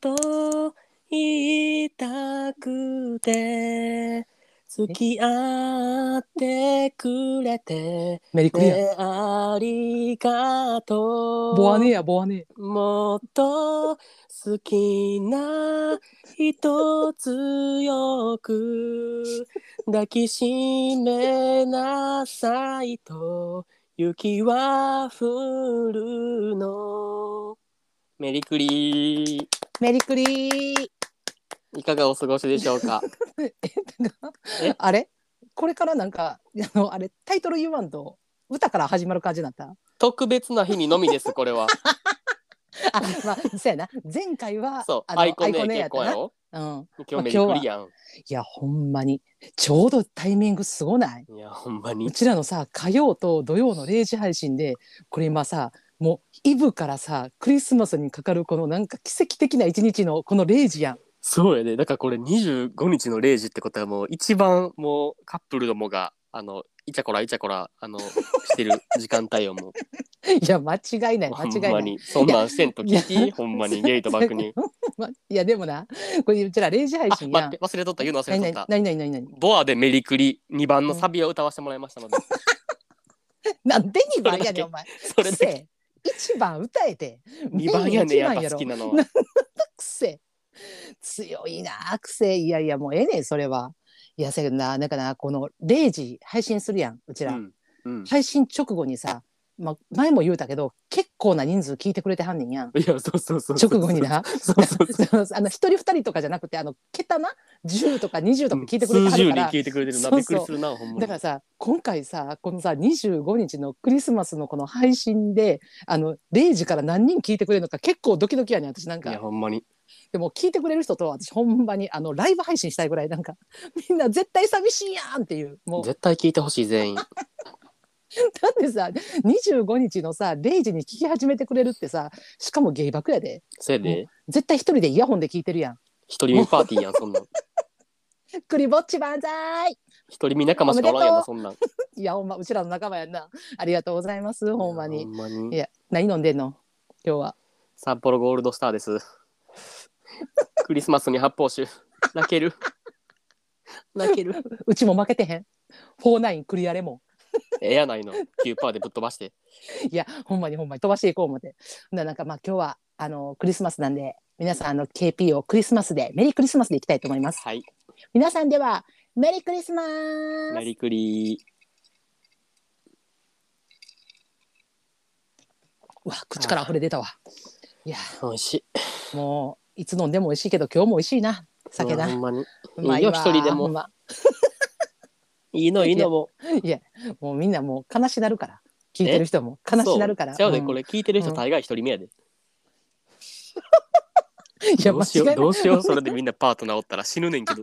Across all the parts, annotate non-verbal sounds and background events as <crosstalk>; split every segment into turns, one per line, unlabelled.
と言いたくて付き合ってくれて
メリクリやん。
ねありがとう
ボアネや、ボアネ。
もっと好きな人強く抱きしめなさいと雪は降るのメリクリ
メリクリー。
いかがお過ごしでしょう
<laughs>
か
え、なんか
え
あれこれからなんか、あの、あれ、タイトル言わんと、歌から始まる感じになった。
特別な日にのみですこれは
あ、まあ、そうやな。前回は、
そう
あの
アイコンね
ね
結構や
っ
ろ
たな。うん。
今日メリクリやん、
いや、ほんまに。ちょうどタイミングすごない
いやほんま
う
に
ちらのさ火曜と土曜の0時配信でこれ今さもうイブからさクリスマスにかかるこのなんか奇跡的な一日のこの0時やん
そうやね。だからこれ25日の0時ってことはもう一番もうカップルどもが、あの、イチャコライチャコラ、あの、してる時間帯をも
<laughs>
う、
いや間違いない間
ほ
違
ん
いな
ま
い。
に、そんなんしてんと聞き、
い
ほんまにゲイとバック
<laughs>
に。
まいやでもなこれうちら0時配
あ、
信
待
や
っ
ん
て、。忘れとった、言うの忘れとった。
何何何何
ボアでメリクリ2番のサビを歌わせてもらいましたので、
<laughs> なんで2番やねんお前。
<laughs> それ
く
で
せ1番歌えて
2番やね、
メイ
やっぱ
ン一番
好
ろ
きなの
な
は。
くせ強いなくせいやいやもうええねんそれは。いやせやけどななんかなこの0時配信するやんうち
う
ら。
ん。うん。
配信直後にさ、まあ、前も言うたけど結構な人数聞いてくれてはんねんやん
いや、そうそうそうそ
直
う。
後に。な
そうそうそう。
そう <laughs> そうあの一人二人とかじゃなくてあの桁な10とか20とか聞いてくれて
数
はる
十
か
人
ら
聞いてくれてるな、
そうそう
びっくりするな、ほんま
だ
に
から。さ今回さこのさ25日のクリスマスのこの配信であの0時から何人聞いてくれるのか結構ドキドキやねん私なん
いや、
か
ほんまに。
でも聞いてくれる人と私ほんまにあのライブ配信したいぐらいなんかみんな絶対寂しいやんっていうもう
絶対聞いてほしい、全員。
なんでさ25日のさ0時に聞き始めてくれるってさしかもゲイバクやで
せやで、
絶対一人でイヤホンで聞いてるやん。
一人見パーティーやん、そ
<laughs>
んなん。
クリぼっち万歳
一人見仲間しかおらんやろそんなん。
いやほんまうちらの仲間やんな。ありがとうございますほんま
ほ
に。
んまに
いや何飲んでんの今日は。
札幌ゴールドスターです。クリスマスに発泡酒。泣け
<laughs>
る。泣ける。
うちも負けてへん。フォーナインクリアレモ
ええやないの。9%パーでぶっ飛ばして。
ン。いやほんまにほんまに飛ばしていこう思って。ななんかまあ今日はあのクリスマスなんで皆さんあの KP をクリスマスでメリークリスマスでいきたいと思います。
はい。
皆さんではメリークリスマス
メリクリー。
うわ口から溢れ出たわ。いや
美味しい。
もういつ飲んでも美味しいけど今日も美味しいな酒な
ほんまに。
うまいわ
いいよ一人でも
ほんま
いいのいいのもう。
いやもうみんなもう悲しなるから聞いてる人も悲しなるから
そうちゃうで、
ん
これ聞いてる人
うん
大概一人目やで。
い
ど
や間
うしよ
違
う、
いな
どうしよう。それでみんなパートナーおったら死ぬねんけど。
<laughs>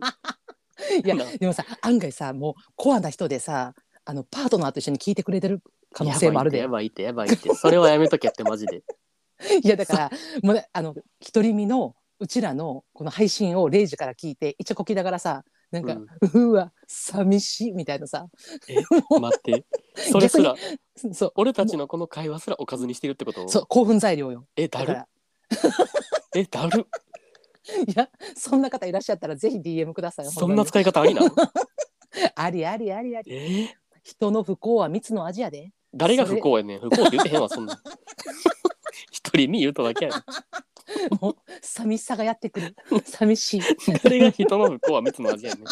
いいや
な
でもさ案外さもうコアな人でさあのパートナーと一緒に聞いてくれてる <laughs> 可能性もあ <laughs> るでい
や
や
ばいって、やばいって。やばいってそれはやめとけって、マジで。
だからもうねあの独り身のうちらのこの配信を0時から聞いて一応こきながらさなんか、うわ寂しいみたいなさ
待
<laughs>
って。それすら、
そう
俺たちのこの会話すらおかずにしてるってこと
そう興奮材料よ
え、だ
だ
る
か
っ
ら
え、だる。
いやそんな方いらっしゃったらぜひ DM ください
そんな
ほま
使い方あり
<laughs>
なの。
にありありありあり
えー
人の不幸は蜜の味やで
誰が不幸やねん。不幸って言ってへんわ、そんなん。 <laughs> 一人に言うとだけや
<laughs>
ろ。
もう寂しさがやってくる寂しい
誰が人の不幸は蜜の味やねん。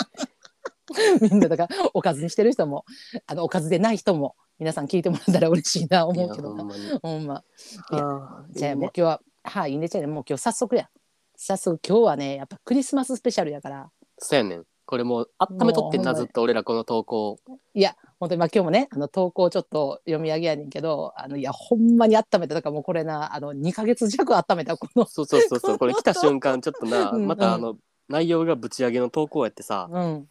みんなだからおかずにしてる人もあのおかずでない人も皆さん聞いてもらったら嬉しいな思うけど
いやほ
なん
まに。
ほんまいや
あー
じゃあ
いい
もう
ね
今日ははいいいねじゃあもう今日早速や早速今日はねやっぱクリスマススペシャルやから
そうやねん。これもう温めとってんな、
もうほんま
ず
に
っと俺らこの投稿。
本当にまあ今日もねあの投稿ちょっと読み上げやねんけどあのいやほんまに温めただからもうこれなあの2ヶ月弱温めたこの
そうそうそうそう。これ来た瞬間、ちょっとな、
<laughs> うん
またあの、内容がぶち上げの投稿やってさ、
うん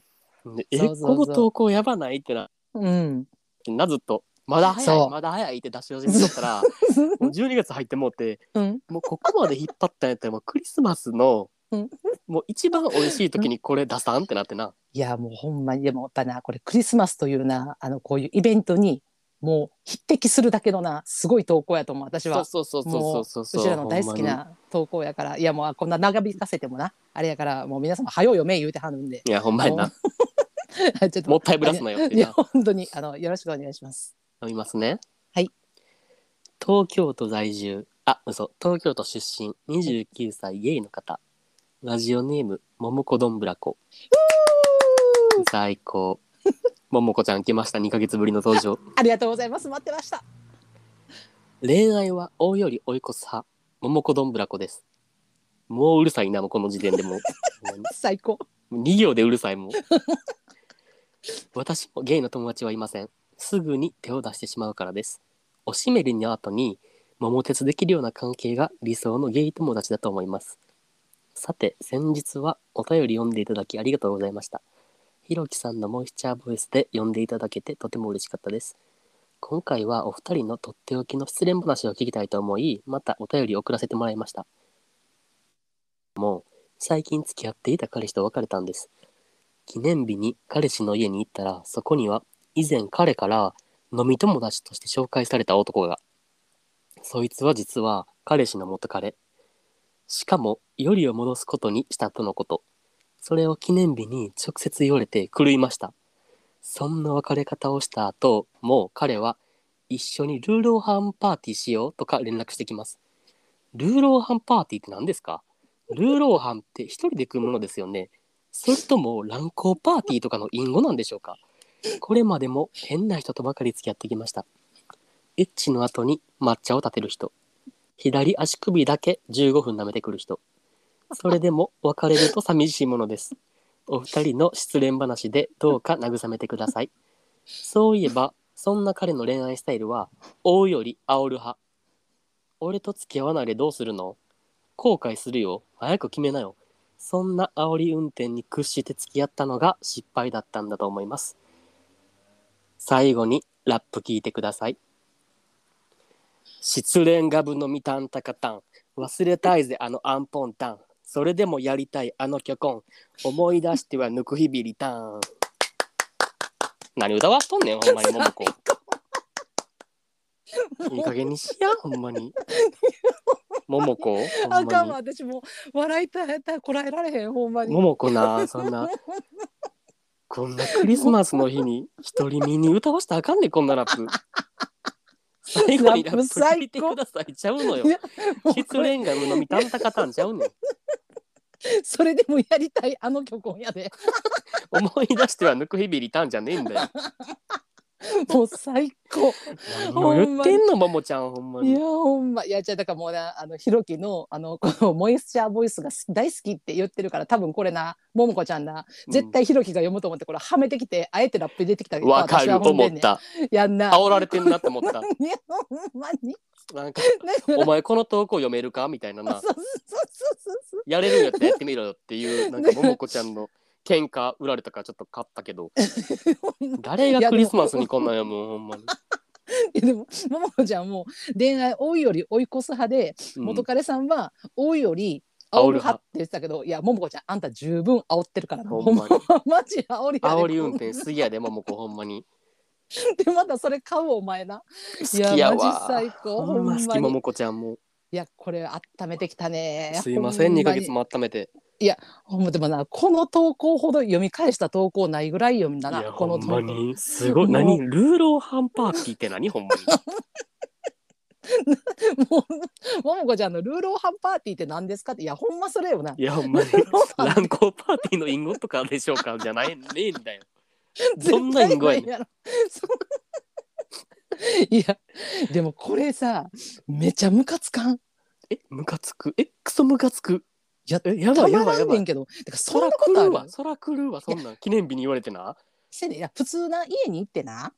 でえ、
そうそうそう
この投稿やばないってな、
うん
なずっと。まだ早
そう
い、まだ早いって出し始めとった
<laughs>
ら、もう12月入ってもうて、
うん
もうここまで引っ張ったんやったらもうクリスマスの
うん
もう一番美味しい時にこれ出さんってなってな。
いやもうほんまにでもやっぱなこれクリスマスというなあのこういうイベントにもう匹敵するだけのなすごい投稿やと思う私は
そうそうそうそうそうそう
うちらの大好き
ほんま
な投稿やからいやもうこんな長引かせてもなあれやからもう皆様早う読め言うてはるんで <laughs>
にいやほんまやな
ちょっと
もったいぶらすなよって
いや
な
本当にあのよろしくお願いします
読みますね
はい
東京都在住あ嘘東京都出身29歳ゲイの方ラジオネームももこどんぶらこ最高ももこちゃん来ました2ヶ月ぶりの登場
ありがとうございます待ってました
恋愛は追うより追い越す派ももこどんぶらこですもううるさいなもうこの時点でもう
最高
もう2行でうるさいもう私もゲイの友達はいませんすぐに手を出してしまうからですおしめりの後に桃鉄できるような関係が理想のゲイ友達だと思いますさて先日はお便り読んでいただきありがとうございましたひろきさんのモイスチャーボイスで読んでいただけてとても嬉しかったです今回はお二人のとっておきの失恋話を聞きたいと思いまたお便りを送らせてもらいましたもう最近付き合っていた彼氏と別れたんです記念日に彼氏の家に行ったらそこには以前彼から飲み友達として紹介された男がそいつは実は彼氏の元彼しかもよりを戻すことにしたとのことそれを記念日に直接言われて狂いましたそんな別れ方をした後もう彼は一緒にルーローハンパーティーしようとか連絡してきますルーローハンパーティーって何ですかルーローハンって一人で食うものですよねそれとも乱交パーティーとかの隠語なんでしょうかこれまでも変な人とばかり付き合ってきましたエッチの後に抹茶を立てる人左足首だけ15分舐めてくる人それでも別れると寂しいものですお二人の失恋話でどうか慰めてくださいそういえばそんな彼の恋愛スタイルは追うより煽る派俺と付き合わないでどうするの後悔するよ早く決めなよそんな煽り運転に屈して付き合ったのが失敗だったんだと思います最後にラップ聞いてください失恋ガブのみたんたかたん忘れたいぜあのアンポンタンそれでもやりたいあのキョコン思い出してはぬくひびりたん何歌わしとんねんほんまにももこいい加減にしやほんま
<laughs>
にももこほんま
あ
に
かんわ私もう笑いたいたいこらえられへんほんまに
ももこなそんなこんなクリスマスの日に独り身に歌わしたらあかんねんこんなラッ
<laughs>
プ最後にラップ聞いてくださいちゃうのよ
いや <laughs> もう
失
これ
恋がうのみたんたかたんちゃうねん
それでもやりたいあの曲を
<laughs>
やで
思い出してはぬくひびりたんじゃねえんだよ
もう最高
もう言ってんのももちゃんほんま
い
に
やほんまいやじゃあだからもうなあのひろきのあのこのモイスチャーボイスがす大好きって言ってるから多分これなももこちゃんな絶対ひろきが読むと思ってこれはめてきてあえてラップ入れてきた
うんわか
私は
る
ほん
思
で
っ
んねん
た
やんな <laughs>
煽られてんなって思った
いやほんまに
なんか
ね
お前この投稿読めるかみたいな
そう
な
そうそうそう
やれるんやったらやってみろよっていうなんかももこちゃんの喧嘩売られたからちょっと勝ったけど誰がクリスマスにこんなんやもうほんまに、
いやでもももこちゃんも恋愛多いより追い越す派で
うん
元彼さんは多いより煽る派って言ってたけどいやももこちゃんあんた十分煽ってるからな
ほん
ほん
ま
ま
に
マジ煽りやで
煽り運転すぎやでももこほんまに
でまたそれ買うお前な
好きや
いやマジ
わ
最高
ほんま好きも
に
もこちゃんも
いやこれ温めてきたね
すいません
ほ
2
ま
ヶ
に
月も温めて
ほんまでもなこの投稿ほど読み返した投稿ないぐらい読んだ
い
な
や
こ
ほ
の
ん
投稿
まにすごい
<laughs> もう
何ルーローハンパーティーって何ほんま
<laughs>
に
もうももこちゃんのルーローハンパーティーって何ですかっていやほんまそれよない
やほんまに
ルーローハン
乱交パーティーの隠語とかでしょうかじゃないねえんだよどんな
絶対
隠語やねん
ないやろ <laughs> そういやでもこれさめちゃムカつかん
えムカつくえクソムカつく
や
えやば
たま
いやばい
ら
や
ん
ば
ねん
い
けどてかそ
空
んなこ
狂
とあ
う
る
わ空狂うわそんなん記念日に言われてな
せやねんいや普通な家に行ってな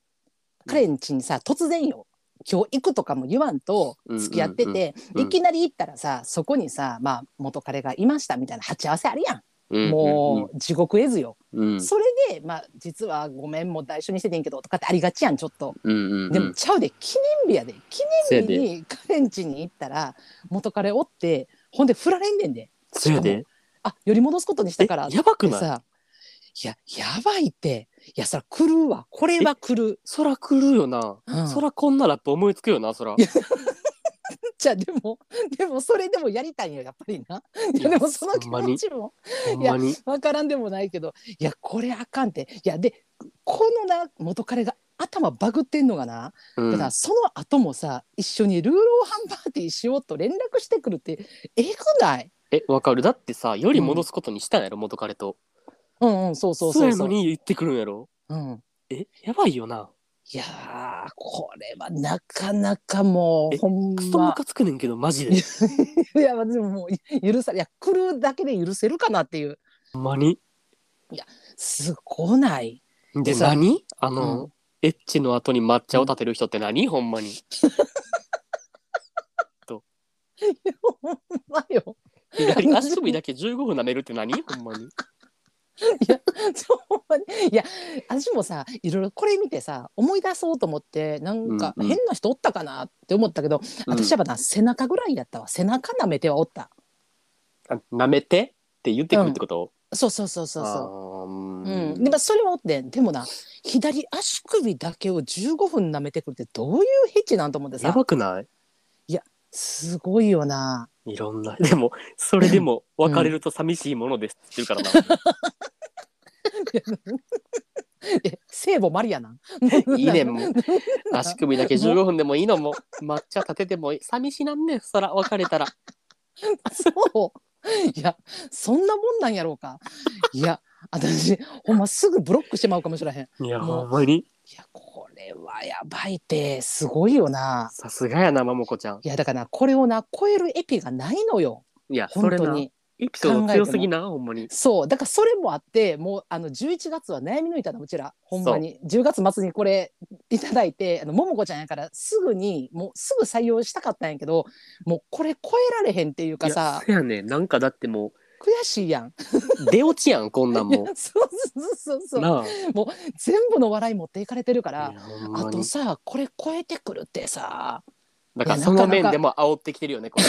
彼ん家にさ突然よ今日行くとかも言わんと付き合ってて、
うんうんうんうん
いきなり行ったらさそこにさ、まあ、元彼がいましたみたいな鉢合わせあるやん、もう地獄絵図よ、
うんうん
それで、まあ、実はごめんもう代償にしててんけどとかってありがちやんちょっと、
うんうんうん
でもちゃうで記念日やで記
せや
念日
で
に彼ん家に行ったら元彼おってほんで振られんねんで
せやで
あより戻すことにしたから
えやばく
で
ない
さいややばいっていやそら来るわこれは来る、
そら来るよな、
うん
そらこんなラップ思いつくよなそら
いやじゃあでもでもそれでもやりたいんよやっぱりないやでもその気
ほんまに
持ちも
ほんまに
わからんでもないけどいやこれあかんっていやでこのな元彼が頭バグってんのがな、
うん
だからその後もさ一緒にルーローハンパーティーしようと連絡してくるってえぐない
えわかるだってさより戻すことにしたんやろ、元彼と
うんうんそうそう
そ
そうう
や
そ
の
う
に言ってくるんやろ
うん、
えやばいよない
やーこれはなかなかもう
え
ほん
クソム
ま
カつくねんけどマジで
<laughs> いやでももう許さいや来るだけで許せるかなっていう
ほんまに
すごない <laughs>
で
でさ
何あの、
う
エッチの後に抹茶を立てる人って何ほんま
<laughs>
に
ほんまよ
左足首だけ15分舐めるって何ほんまに
<laughs> ほんまにいや私もさいろいろこれ見てさ思い出そうと思ってなんか
うんうん
変な人おったかなって思ったけど、私はやっぱな背中ぐらいやったわ背中舐めてはおった
あ舐めてって言ってくるってこと、
そうそうそうそうそう
あーうん
うん、でもそれはおってんでもな左足首だけを15分舐めてくるってどういうヘチなんと思って
や
さ
ばくない
すごいよない
ろんな <laughs> でもそれでも別れると寂しいものですって言うからな、
え聖母マリアなん
<laughs> いいねんもう足首だけ15分でもいいのもう抹茶立ててもいい寂しなんねんそら別れたら
<laughs> そういやそんなもんなんやろうかいや私ほんますぐブロックしてまうかもしれへんい
いや
も
ほ
う
んまに
やこれはやばいってすごいよな
さすがやなまもこちゃん
いやだからなこれをな超えるエピがないのよ
いやそ
本
れ
当
な
に
エピソード強すぎなほんまに
そうだからそれもあってもうあの11月は悩み抜いたのうちらほんまに10月末にこれいただいてあのももこちゃんやからすぐにもうすぐ採用したかったんやけどもうこれ超えられへんっていうか
いや
さ
そやねんなんかだっても
悔しいやん <laughs>
う出落ちやんこんなんも
そうそうそう <laughs> そう
な
全部の笑い持っていかれてるか
あい
ら
やほん
あ
ま
と
に
さこれ超えてくるってさ
だから
いや
その
なかな
面
か
でも煽ってきてるよねこ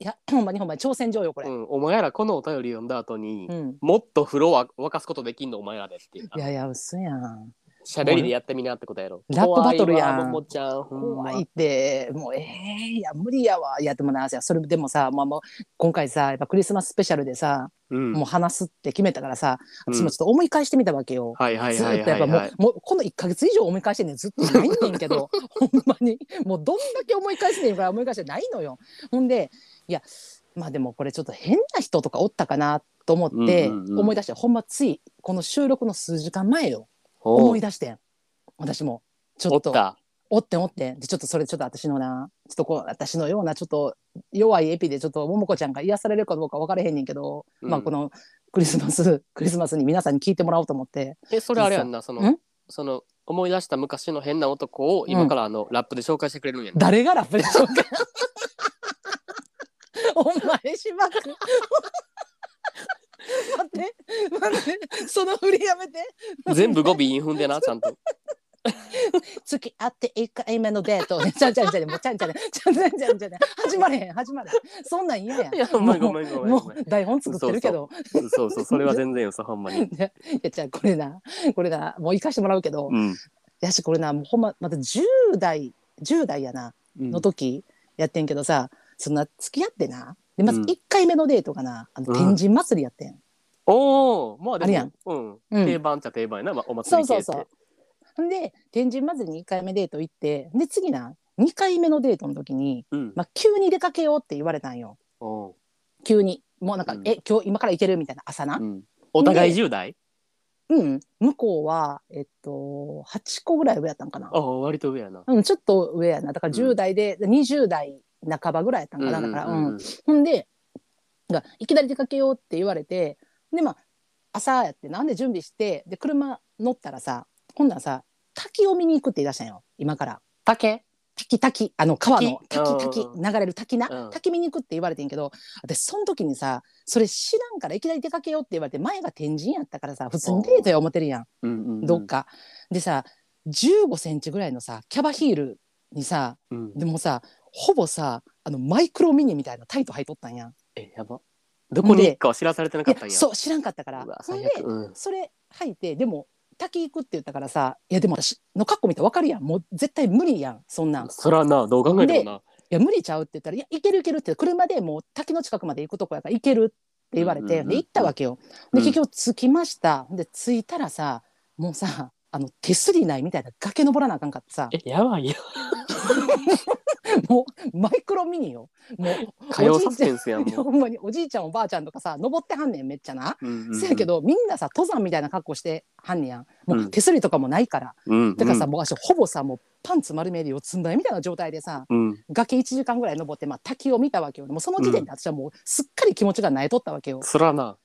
いやほんまにほんまに挑戦状よこ
れ、
れ、
う
うん
ん、お前らこのお便り読んだ後に、もっと風呂は沸かすことできんのお前らでっていう
いやいや嘘やん
しゃべりでやってみなってことやろ
ラップバトルや
怖
ん
いわももちゃんほんま
怖いってもうええいや無理やわいやでもなそれでもさ、まあ、もう今回さやっぱクリスマススペシャルでさ、
うん
もう話すって決めたからさ私
うん
もちょっと思い返してみたわけよ。
はいはい
ず
はい
ーっと
は
やっぱ
い
もう,、
はい
もうこの1か月以上思い返してんねんずっとないねん
<laughs>
けどほんまにもうどんだけ思い返してんねんから思い返してないのよ。ほんでいやまあでもこれちょっと変な人とかおったかなと思って
うんうんうん
思い出して、ほんまついこの収録の数時間前よ
おう
思い出してん私もちょ
おっ
っと。
た
おってんおってんでちょっとそれちょっと私のなちょっとこう私のようなちょっと弱いエピでちょっとももこちゃんが癒されるかどうか分からへんねんけど、
うん
まあこのクリスマスクリスマスに皆さんに聞いてもらおうと思って
えそれあれやんなその
ん
その思い出した昔の変な男を今からあの、ラップで紹介してくれるんやん
誰がラップでしょうか <laughs> お前しまく待って待ってその振りやめて
全部語尾韻踏んでなち
<laughs>
ゃんと
付き合って1回目のデートちゃんちゃんちゃんもうちゃんちゃんちゃんちゃんちゃんちゃん始まれへん始まれへんそんなん嫌やん
いやごめんごめんごめん
も
ごめん
う台本作ってるけど
そうそうそれは全然よさほんまに
いやいやじゃあこれな <laughs> これなもう生かしてもらうけど、
うん
やしこれなもうほんままた10代10代やな
うん
の時やってんけどさそんな付き合ってなでまず
うん
1回目のデートがな、あ
う
の
ん
天神祭りやってん、
おおまあでも
あるやん
うん
うん
定番っちゃ定番やな、まあ、お祭
そう
り系
そ
っ
う
て
そうほんで天神祭りに1回目デート行ってで次な2回目のデートの時に、
うん
まあ、急に出かけようって言われたんよ
おう
急にもうなんか、
うん
え今日今から行けるみたいな朝な、
うんお互い10代
うん、向こうはえっと8個ぐらい上やったんかな
ああ割と上やな
うん、ちょっと上やな。だから
う
10
ん
代で、20代半ばぐらいやったんかな。だから、うんほんで、がいきなり出かけようって言われて、で、まあ、朝やって、なんで準備して、で、車乗ったらさ、今度はさ、滝を見に行くって言い出したんよ、今から。
竹
滝、滝、あの、川の
滝
滝、滝、
うん
流れる滝
う
な、
ん
滝見に行くって言われてんけど、私、その時にさ、それ知らんからいきなり出かけようって言われて、前が天神やったからさ、普通にデートや思ってるやん。
うんうんうん
どっか。でさ15センチぐらいのさキャバヒールにさ
うん
でもさほぼさあのマイクロミニみたいなタイト履いとったんやん
えやば
どこに行くかは知らされてなか
い
ったん
や
や
そう知らんかったから
うわ
ほん
最
で
悪うん
それ履いてでも滝行くって言ったからさいやでも私の格好見たら分かるやんもう絶対無理やんそんなんい
そらなどう考えてもな
や無理ちゃうって言ったら「いや行ける行ける」って車でもう滝の近くまで行くとこやから行けるって言われて、
うんうんうん
で行ったわけよ。
う
で
ん
結局着きました、で着いたらさもうさあの手すりないみたいな崖登らなあかんかってさ
えやばいや
もうマイクロミニよもう
火曜サスペンスやん
いや
もう
ほんまにおじいちゃんおばあちゃんとかさ登ってはんねんめっちゃな。
うんうん
せやけどみんなさ登山みたいな格好してはんねやんも
う
うん手すりとかもないから、
うん
だからさ、もう私ほぼさもうパンツ丸めで四つん這いみたいな状態でさ
うんうん
崖1時間ぐらい登って、まあ、滝を見たわけよもうその時点で私はもうすっかり気持ちが萎えとったわけよ、
そらな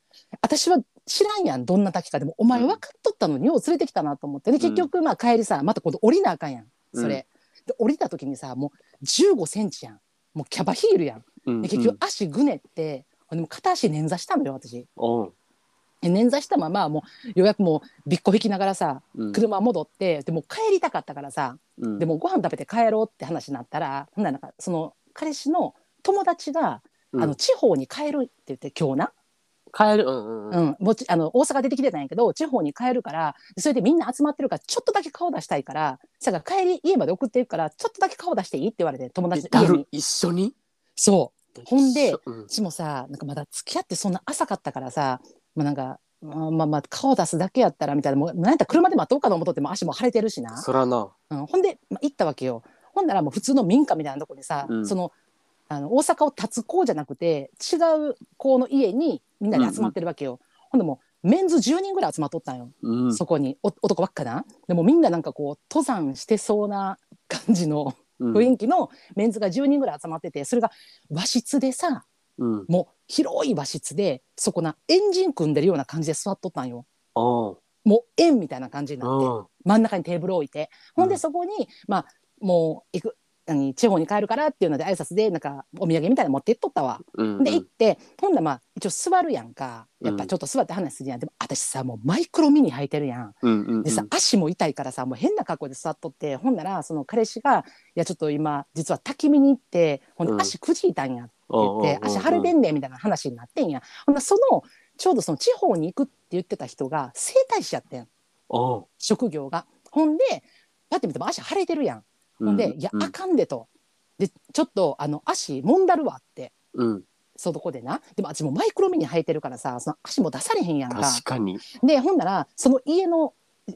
私は知らんやんどんな滝かでもお前分かっとったのによう連れてきたなと思ってで結局まあ帰りさまた今度降りなあかんやんそれ、で降りた時にさもう1 5センチやんもうキャバヒールやん
うん
で結局足ぐねって、ほんでもう片足捻挫したのよ私
うん
で捻挫したままもうようやくもうびっこ引きながらさ
うん
車戻ってでもう帰りたかったからさ
うん
でもうご飯食べて帰ろうって話になったらほんならなんかその彼氏の友達が、
うん
あの地方に帰るって言って今日な、
帰るうんうん
うんもうちあの大阪出てきてたんやけど地方に帰るからそれでみんな集まってるからちょっとだけ顔出したいからさが帰り家まで送っていくからちょっとだけ顔出していいって言われて友達の
だ
家
る
に
一緒に
そうほんで
一緒うん
うちもさなんかまだ付き合ってそんな浅かったからさもうなんかまあまあまあ顔出すだけやったらみたいなもうなんやったら車で待とうかと思っとってもう足も腫れてるしな
そらな
うん、ほんで、まあ、行ったわけよほんならもう普通の民家みたいなとこでさ、
うん
そのあの大阪を立つ子じゃなくて違う子の家にみんなで集まってるわけよ、ほんでもうメンズ10人ぐらい集まっとったんよ、
うん
そこにお男ばっかなでもみんななんかこう登山してそうな感じの
うん
雰囲気のメンズが10人ぐらい集まっててそれが和室でさ
うん
もう広い和室でそこなエンジン組んでるような感じで座っとったんよ
うん
もう円みたいな感じになって
うん
真ん中にテーブルを置いてほん
う
で
ん
そこに、まあもう行く何地方に帰るからっていうので挨拶でなんかお土産みたいなの持って行っとったわ。
うん
で行って、ほんならまあ一応座るやんかやっぱちょっと座って話するやん、でも私さもうマイクロミニ履いてるやん。
うんうん
でさ、足も痛いからさもう変な格好で座っとってほんならその彼氏が「いやちょっと今実は滝見に行ってほんで
うん
足くじいたんや」って言
うん
っ
うんうん
て
うん
「足腫れてんねん」みたいな話になってんや。ほんならそのちょうどその地方に行くって言ってた人が整体師やってん。
うん
職業が。ほんでパッて見ても足腫れてるやん。ほんで「いやあかんで」と。でちょっとあの足もんだるわって
うん
そこでなでも私もマイクロミニ履いてるからさその足も出されへんやんか。
確かに
でほんならその家の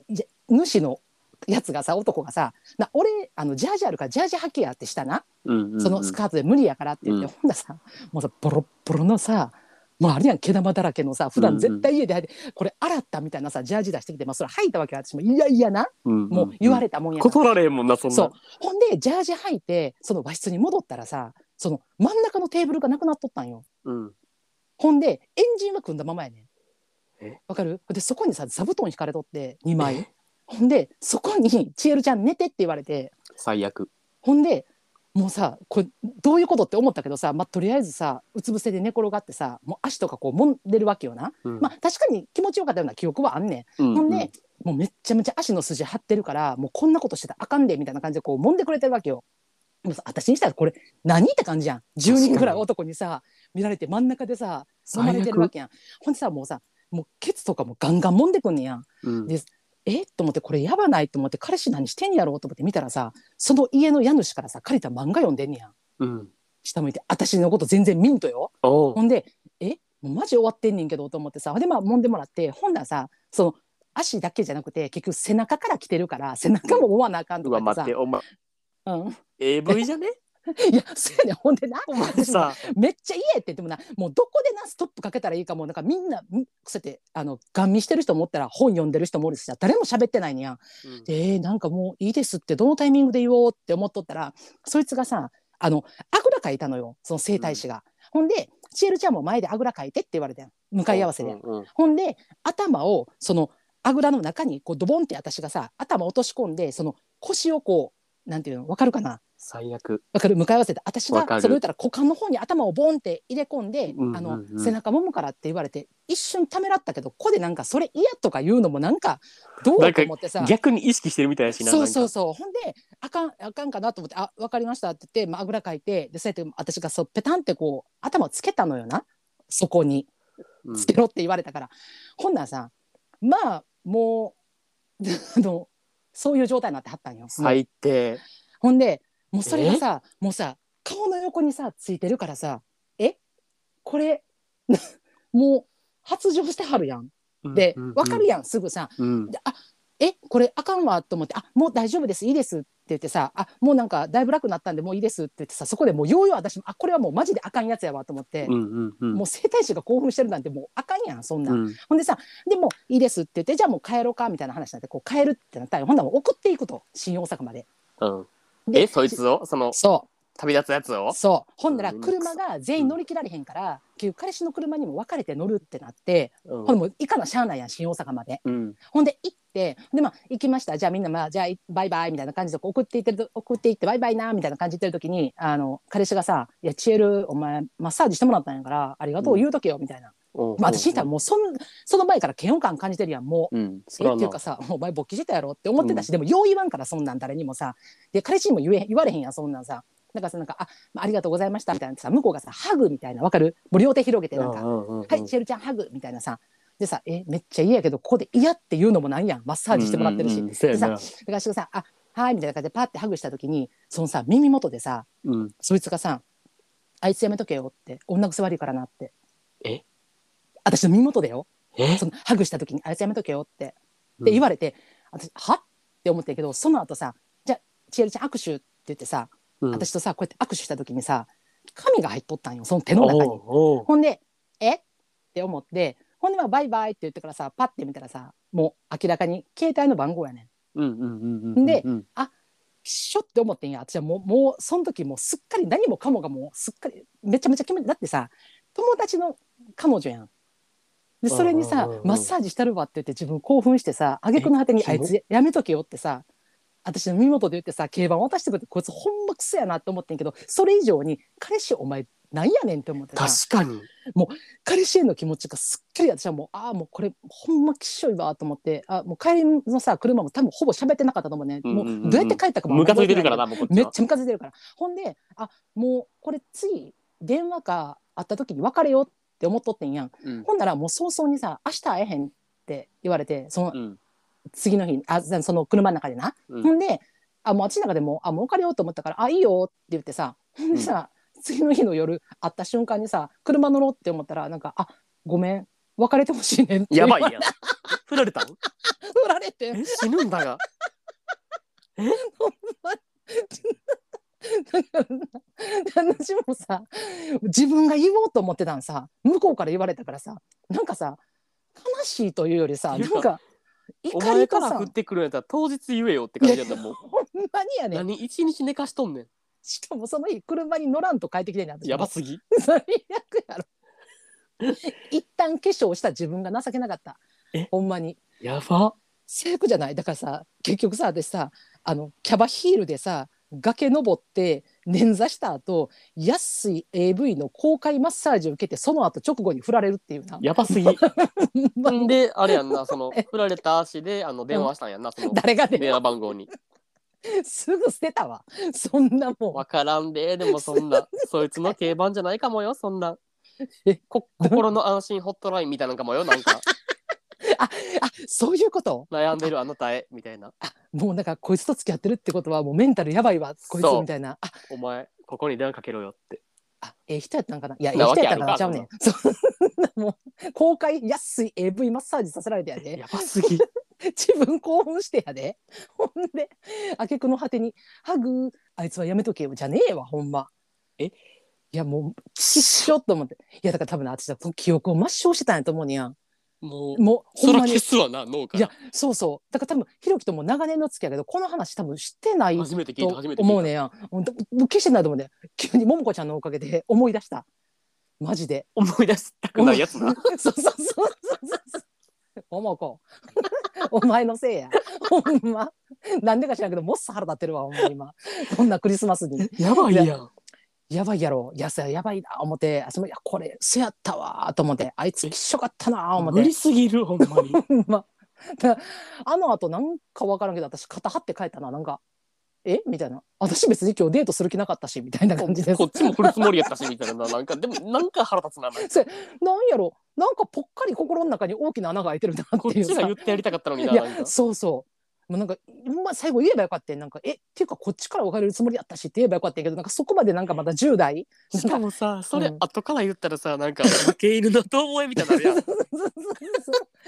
いや主のやつがさ男がさ「な俺あのジャージあるからジャージ履けや」ってしたな、
うんうん
そのスカートで無理やからって言って、
うん
ほんならさもうさボロッボロのさもうあれやん毛玉だらけのさ普段絶対家で履いて、これ洗ったみたいなさジャージ出してきて、まあ、それ履いたわけよ私もいやいやなもう言わ
れ
れたもんやから、
断られへんもんなそんな
そうほんでジャージ履いてその和室に戻ったらさその真ん中のテーブルがなくなっとったんよ。
うん
ほんでエンジンは組んだままやねん
え。
わかるでそこにさ座布団引かれとって2枚
え
ほんでそこに「ちえるちゃん寝て」って言われて
最悪
ほんでもうさこれどういうことって思ったけどさ、まあ、とりあえずさうつ伏せで寝転がってさもう足とかこうもんでるわけよな、
うん
まあ確かに気持ちよかったような記憶はあんねん
う
ほんで、もうめっちゃめちゃ足の筋張ってるからもうこんなことしてたらあかんでみたいな感じでこう揉んでくれてるわけよ。でもさ私にしたらこれ何って感じやん10人ぐらい男にさ見られて真ん中でさ揉まれてるわけやんほんでさもうさもうケツとかもガンガン揉んでくんねやん
うん
でえと思ってこれやばないと思って彼氏何してんやろうと思って見たらさその家の家主からさ借りた漫画読んでんねやん
うん
下向いて私のこと全然ミントよ
おう
ほんで、えもうマジ終わってんねんけどと思ってさ、で、まあ、揉んでもらって、ほんならさ、その、足だけじゃなくて、結局背中から来てるから、背中も揉まなあかんと
う
か
わ
言
待
ってさ
っ。てお前
うん。
AV じゃね
いや、そうやねん <laughs> ほんでな、
お前さ
めっちゃ言えって言ってもな、もうどこでな、ストップかけたらいいかも、なんかみんな、んそうやって、あの、ガン見してる人もおったら、本読んでる人もおるしさ、誰も喋ってないねやん。
うん
で、えーなんかもういいですって、どのタイミングで言おうって思っとったら、そいつがさ、あの、あぐらかいたのよ、その整体師が。ほんで、ちえるちゃんも前であぐらかいてって言われたやん。向かい合わせで。
うんうん
ほんで頭をそのあぐらの中にこうドボンって私がさ頭落とし込んでその腰をこうなんていうのわかるかな
最悪
わかる向かい合わせて私が
わかる
それ言ったら股間の方に頭をボンって入れ込んで、
うんうんうん
あの背中揉むからって言われて一瞬ためらったけどここでなんかそれ嫌とか言うのもなんかど
な
うん
か
と思ってさ。
逆に意識してるみたいやしな
そうそう
そ
そうほんであかんあかんかなと思って「あわかりました」って言って、まああぐらかいてでそうやって私がそうペタンってこう頭をつけたのよなそこに
うん
捨てろって言われたから、ほんならさまあもう <laughs> あのそういう状態になってはったんよ。
最低。
ほんでもうそれがさもうさ顔の横にさついてるからさえこれ <laughs> もう発情してはるやんで、わかる
や
やんすぐさ
うん。
であえこれあかんわと思って「あもう大丈夫ですいいです」って言ってさ「あもうなんかだいぶ楽になったんでもういいです」って言ってさそこでもうようよう私も「あこれはもうマジであかんやつやわ」と思って、
うんうんうん。
もう整体師が興奮してるなんてもうあかんやんそんな、
うんん
ほんでさ「でもういいです」って言って「じゃあもう帰ろうか」みたいな話になってこう帰るってなったらほんならもう送っていくと新大阪まで。
うん。
で
え、そいつをその
そう
旅立つやつを
そうほんなら
うん
車が全員乗り切られへんから、結局彼氏の車にも別れて乗るってなって、
うん
ほんでもう行かなしゃあないやん新大阪まで
うん。
ほんで行ってでまあ行きましたじゃあみんなまあじゃあいバイバイみたいな感じでこう送っていってると送っていってバイバイなみたいな感じで言ってる時にあの彼氏がさ「いやチエルお前マッサージしてもらったんやからありがとう言うとけよ」みたいな、
うん
まあ、私言ったらもうそのその前から嫌悪感感じてるやんもう。
うん。そ
え
らな
っていうかさお前勃起してたやろって思ってたし、でもよう言わんからそんなん誰にもさで彼氏にも言え言われへんやんそんなんさだからさなんかあ「ありがとうございました」みたいなさ向こうがさハグみたいなわかるもう両手広げてなんか
ううんうんうん
「はいシェルちゃんハグ」みたいなさでさ「えめっちゃ嫌やけどここで嫌って言うのもなんやんマッサージしてもらってるし」
うんうんうんそうやな
でだから私がさ「あはい」みたいな感じでパッてハグした時にそのさ耳元でさ
うん。
そいつがさ「あいつやめとけよ」って「女癖悪いからな」って
え
私の耳元だよ
え
そのハグした時に「あいつやめとけよ」ってって言われて、私はって思ってんけどその後さ「じゃあ千恵ちゃん握手」って言ってさ、
うん
私とさこうやって握手した時にさ紙が入っとったんよその手の中に。
おうおう
ほんで「えっ?」て思ってほんでまあバイバイって言ってからさパッて見たらさもう明らかに携帯の番号やねん。
うんうんうんうんうん。
で
うん
しょって思ってんや私はもうもうその時もうすっかり何もかもがもうすっかりめちゃめちゃ気持ちだってさ友達の彼女やん。でそれに
う
さ
んうんうんうん
マッサージしたるわって言って自分興奮してさ挙句の果てに
え
あいつやめとけよってさ私の身元で言ってさ競馬渡してくれてこいつほんまクソやなって思ってんけどそれ以上に彼氏お前なんやねんって思ってさ
確かに。
彼氏への気持ちがすっかり私はもうああもうこれほんまきっしょいわと思ってあもう帰りのさ車も多分ほぼ喋ってなかったと思うね、
うんうんうん
もうどうやって帰ったかも
ムカついてるから
な
な、もうこっち
めっ
は。
ちゃムカついてるからほんであもうこれ次電話か会った時に別れようって思っとってんやん
うん
ほんならもう早々にさ「明日会えへん」って言われてその
うん
次の日にあその車の中でな、
うん
ほんであもう私の中でもうあもう別れようと思ったから「あいいよ」って言ってさほんでさ、次の日の夜会った瞬間にさ車乗ろうって思ったらなんか「あごめん別れてほしいねん」って
やばい
言わ
や
<laughs>
ん。振られたん
振られて
え死ぬんだが。
だから私もさ自分が言おうと思ってたんさ向こうから言われたからさなんかさ悲しいというよりさ
いや
なんか
お
怒
前
り
か
からさ
振
ほ
っ
ん
てくるんやったら当日言えよって感じやったもう。
まにやねん
何一日寝かしとんね
しかもその日車に乗らんと帰ってきてんねん
ん。
私
やばすぎ。
<laughs> 最悪やろ一旦化粧した自分が情けなかった
え
ほんまに
やば。
最悪じゃないだからさ結局さ私さあのキャバヒールでさ崖登って捻挫した後安い AV の公開マッサージを受けてその後直後に振られるっていうな
やばす
<laughs>
ぎ。
ほんま
んで、あれやんな、その
え、
振られた足で、あの、電話したんやんな、その、
<laughs> 誰が
電
ね
話番号に。
すぐ捨てたわそんなもん
わからんで、でもそん
<laughs>
な、そいつの競馬じゃないかもよ、そんな。
え
こ心の安心ホットラインみたいなんかもよ、なん
<laughs>
か、
あそういうこと
悩んでるあなたへ、みたいな。
もうなんかこいつと付き合ってるってことはもうメンタルやばいわこいつ
そう
みたいなあ
お前、ここに電話かけろよって。
あ、ええ人やったんかな。いや、ええ
なわ
人
け
やったんか
あ
な。
るか
ちゃうね <laughs> ん。そう、もう公開安い AV マッサージさせられてやで。
やばすぎ。
自分興奮してやで。ほんで、あけくの果てにハグ、あいつはやめとけよじゃねえわ、ほんま。
え
いや、もう、きっしょっと思って。いや、だから多分な私は記憶を抹消してたんやと思うにやん。
もう、
もう、 <laughs> ほ
そ
ん
ら
まに
消。すわな、脳か
い
ら
や。、そうそう。だから多分、ひろきとも長年の付き合いだけど、この話多分知ってない
初めて聞いた、初めて
と
聞いた。
思うねやん。ほんと消してないと思うね。急にももこちゃんのおかげで思い出した。マジで。
思い出したくないやつな。
<laughs> そうそうそうそうそう。おもこ。 <laughs> お前のせいや。ほんま。なんでか知らんけど、もっさ腹立ってるわ、ほんま今。こんなクリスマスに。
やばいやん。
やばいやろ。いやさ、やばいな、思って。あそのいや、これ、せやったわ、と思って。あいつ、きっしょかったな、思っ
無理
て。
すぎる、ほんまに。
ほんま。だあの後、なんかわからんけど、私、肩張って帰ったな。なんか、えみたいな私別に今日デートする気なかったしみたいな <laughs> 感じです
こっちも振るつもりやったしみたいななん
<laughs>
かでもなんか腹立つななんか
なんやろなんかぽっかり心の中に大きな穴が開いてるな
こ
っ
って
いう
ち
さ
が言ってやりたかったのにないなんか
や <laughs> そうそうもうなんかほんま最後言えばよかったよなんかえっていうかこっちから別れるつもりやったしって言えばよかったんやけどなんかそこまでなんかまだ10代 <laughs>
しかもさそれ
うん
後から言ったらさなんか負け犬の遠吠えみたいになるやん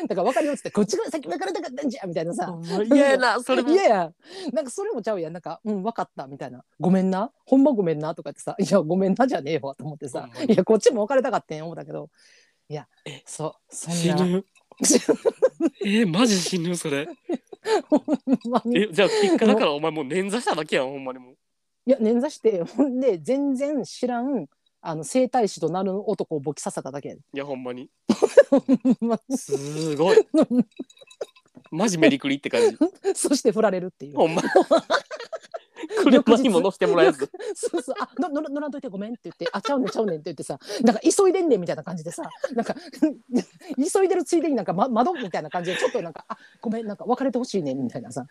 だから別れようっつってこっちが先別れたかったんじゃみたいなさ
ほんま嫌やなそれも
いやいやなんかそれもちゃうやんなんかうん分かったみたいなごめんなほんまごめんなとか言ってさいやごめんなじゃねえわと思ってさ
ほんまに
いやこっちも別れたかってん思ったけどいやそうそん
死
な
ぬえマジ死ぬそれ
ほんま <laughs> に
えじゃあ結果だからお前もう捻挫しただけやんほんまにもう
いや捻挫してほんで全然知らんあの整体師となる男をボキ刺さっただけやで
いやほんまに
ほんます
ごいマジメリクリって感
<laughs>
じ
そして振られるっていう
ほんま車にも乗せてもらえず
そうそうあのの乗らんといてごめんって言ってあちゃうねんちゃうねんって言ってさなんか急いでんねんみたいな感じでさなんか <laughs> 急いでるついでになんか、ま、窓みたいな感じでちょっとなんかあごめんなんか別れてほしいねんみたいなさ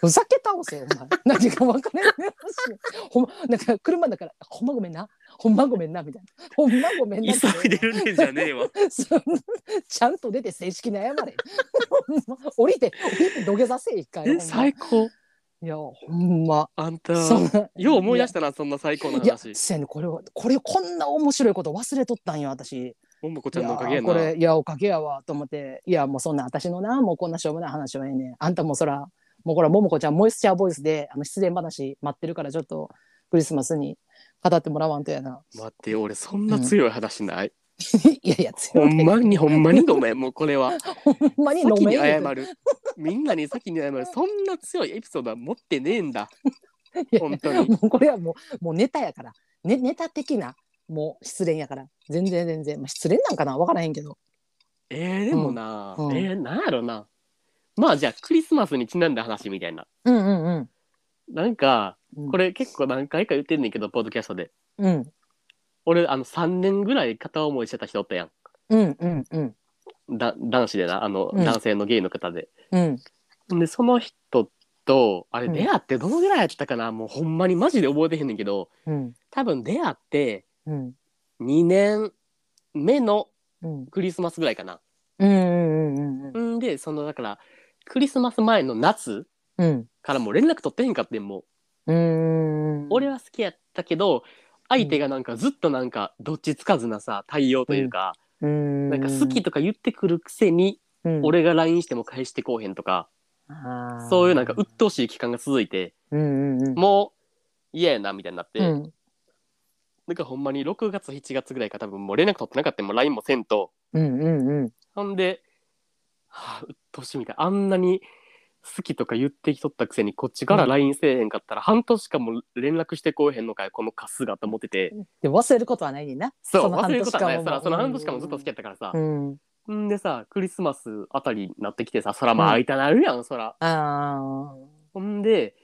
ふざけ倒せよお前 <laughs> 何か別れてほしいほんまなんか車だからほんまごめんなほんまごめんなみたいなほんまごめんなって
急いでるねんじゃねえ
<laughs>
わ
そんなちゃんと出て正式に謝れ。ほんま降りて、降りて土下座せえ一回。ほん
え
ま
最高
いや、ほんま。
あんた
そんな
よう思い出したなそんな最高の
いや、
話
せやねんこれは、これ、こんな面白いこと忘れとったんよ、私。
ももこちゃんのおかげや
いやこ
な
れ、いや、おかげやわ、と思って。いや、もうそんな、私のな、もうこんなしょうもない話はええねん。あんたもそら、もうこれ、ももこちゃん、モイスチャーボイスで、あの、失恋話待ってるから、ちょっと、クリスマスに語ってもらわんとやな。 <laughs>
待ってよ俺そんな強い話ない、
いやいや、強い
ほんまにほんまにごめんもうこれは
ほんまに飲
先
め
に
ん言
謝
うて
るみんなに先に謝るそんな強いエピソードは持ってねえんだ
いや
本当に
もうこれはもうもうネタやから、ね、ネタ的なもう失恋やから全然全然、まあ、失恋なんかな分からへんけど
えー、でもな、
うんうん
えー、なんやろなまあじゃあクリスマスにちなんだ話みたいな
うんうんうん
なんか
うん
これ結構何回か言ってんねんけどポッドキャストで
うん
俺あの3年ぐらい片思いしてた人おったや
うんうんうん
んだ男子でなあの、
うん
男性のゲイの方で
うん
でその人とあれ
うん
出会ってどのぐらいやったかな、もうほんまにマジで覚えてへんねんけど
うん
多分出会って
うん
2年目の
うん
クリスマスぐらいかな
うんうんうんうん
んでそのだからクリスマス前の夏
うん
からもう連絡取ってへんかってんもう
うん
俺は好きやったけど相手がなんかずっとなんかどっちつかずなさ対応というか、
うん
なんか好きとか言ってくるくせに、俺が LINE しても返してこうへんとか、そういうなんか鬱陶しい期間が続いて
うんうんうん
もう嫌やなみたいになって、
うん
なんかほんまに6月7月ぐらいから多分もう連絡取ってなかったんもう LINE もせんと
うんうんうん
ほんで、はあ、鬱陶しいみたいあんなに好きとか言ってきとったくせにこっちか
う
ら
ん
LINE せえへんかったら半年間も連絡してこうへんのかよこのカスがと思ってて
でも忘れることはないねんな
そう
その
忘
半
れることはない
年間
さ
も
その半年間もずっと好きやったからさ
う、ん
んでさクリスマスあたりになってきてさそらまあ会いたなるやん、そら
あ
ほんで、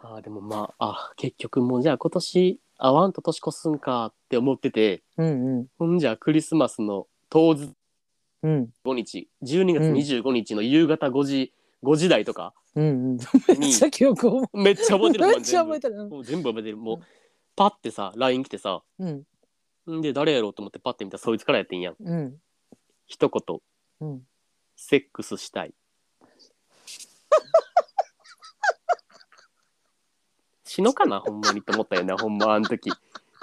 ああ、でもまあ、あ結局もうじゃあ今年会わんと年越すんかって思ってて、
ーうんうん
ほんじゃあクリスマスの当日
うん
5日、12月25日の夕方5時、5時台とか
うんうんめっ
に
ち、ゃ記憶を
めっちゃ覚えてる
め
も
っ
ん
ちゃ覚え
全
てる
部もう全部覚えてる。もう、パッてさ、LINE 来てさ、
うん
んで誰やろうと思ってパッて見たらそいつからやってんやん。
うん
一言、
うん
セックスしたい。死のかなほんまにと思ったよなほんまあの時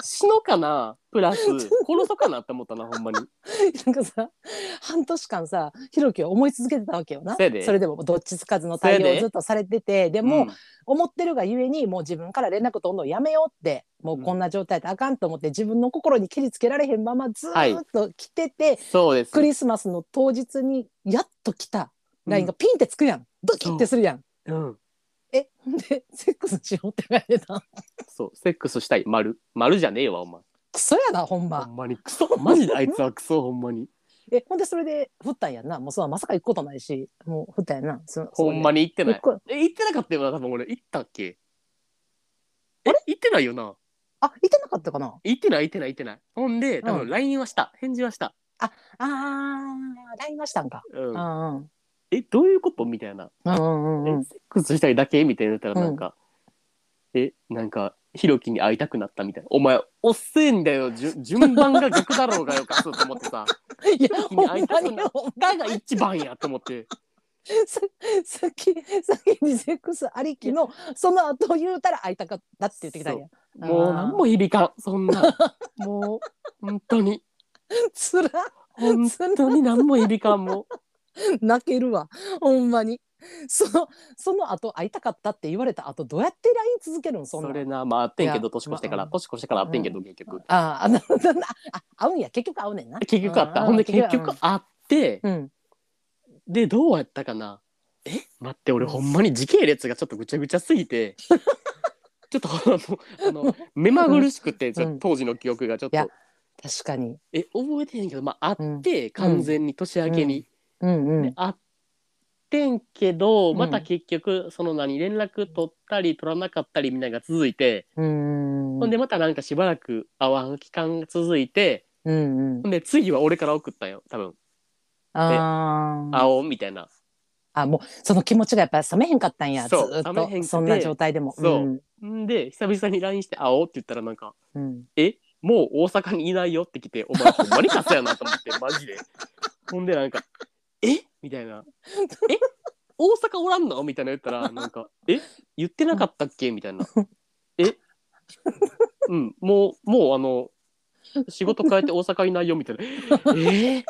死のかなプラス殺そうかなって思ったなほんまに
<laughs> なんかさ半年間さひろきは思い続けてたわけよな
せやで
れでもどっちつかずの対
せや
応を
で
ずっとされててでも、
ん
思ってるがゆえにもう自分から連絡どんどんやめようってもうこんな状態であかんと思って自分の心に蹴りつけられへんままず
はい
ーっと来てて、
そうです
クリスマスの当日にやっと来た LINE がピンってつくやん、ドキってするやん。
うん
えほんでセックスしようって言われた
そうセックスしたい丸丸じゃねえわお前
クソやなほんま、
ほんまにクソマジであいつはクソほんまに
えほんでそれで振ったんやんなもうそんなまさか行くことないしもう振ったんやんなそ
ほんま
に
に言って
行
ない
くこ
え言ってなかったよな多分俺言ったっけえ言ってないよな
あ行ってなかったかな
言ってない言ってない言ってないほんで多
う
分
ん
LINE はした返事はした
ああ、ラインはしたんか。
う
うんんうん。
えどういうことみたいな
うんうんう
え
ん
セックスしたいだけみたいになったらなんか、えなんかひろきに会いたくなったみたいなお前おっせえんだよじゅ順番が逆だろうがよかそうと思って
<laughs>
さ
いや、
君会いた
ほん
く
まに
なったが一番やと思って
<laughs> ささっき、さっきにセックスありきの、その後言うたら会いたかったって言ってきたんや。
もう何も響かんそん
<laughs>
なもう本当に
つら、
本当に何も響かんもう
泣けるわ。ほんまに。その、その後会いたかったって言われた後、どうやって LINE 続けるんそん
そ
なん
れなまああってんけ
いや
ど年越してか
う
ら
ん
年越してからあってんけど結局
<laughs> ああ、なるほどな。あ、会うんや。結局会うねんな。
結局あった
うん
ほんで結局、あって
うん。
でどうやったかなえ待って俺ほんまに時系列がちょっとぐちゃぐちゃすぎ <laughs> てちょっとあのあの目まぐるしくてちょっと当時の記憶がちょっと、
いや確かに。
え覚えてへんけどまああって、完全に年明けに、
うんうん。
あってんけど
うん
また結局その何連絡取ったり取らなかったりみたいなのが続いて、
うん。
ほんでまたなんかしばらく会わん期間が続いて
うんうん。
ほんで次は俺から送ったよ多分
あー
会おうみたいな
あ、もう、その気持ちがやっぱり冷めへんかったんや。ず
そう
ー
冷
っ
めへんく
と。
て
そんな状態でも。。
そうんんで久々に LINE して会おうって言ったらなんか
うん。
もう大阪にいないよって来て、お前ほんまにカスやなと思って、マジで。ほんでなんか、えみたいな。え大阪おらんのみたいな言ったら、なんか、え言ってなかったっけみたいな。えうん、もう、もうあの、仕事変えて大阪いないよみたいな。えー、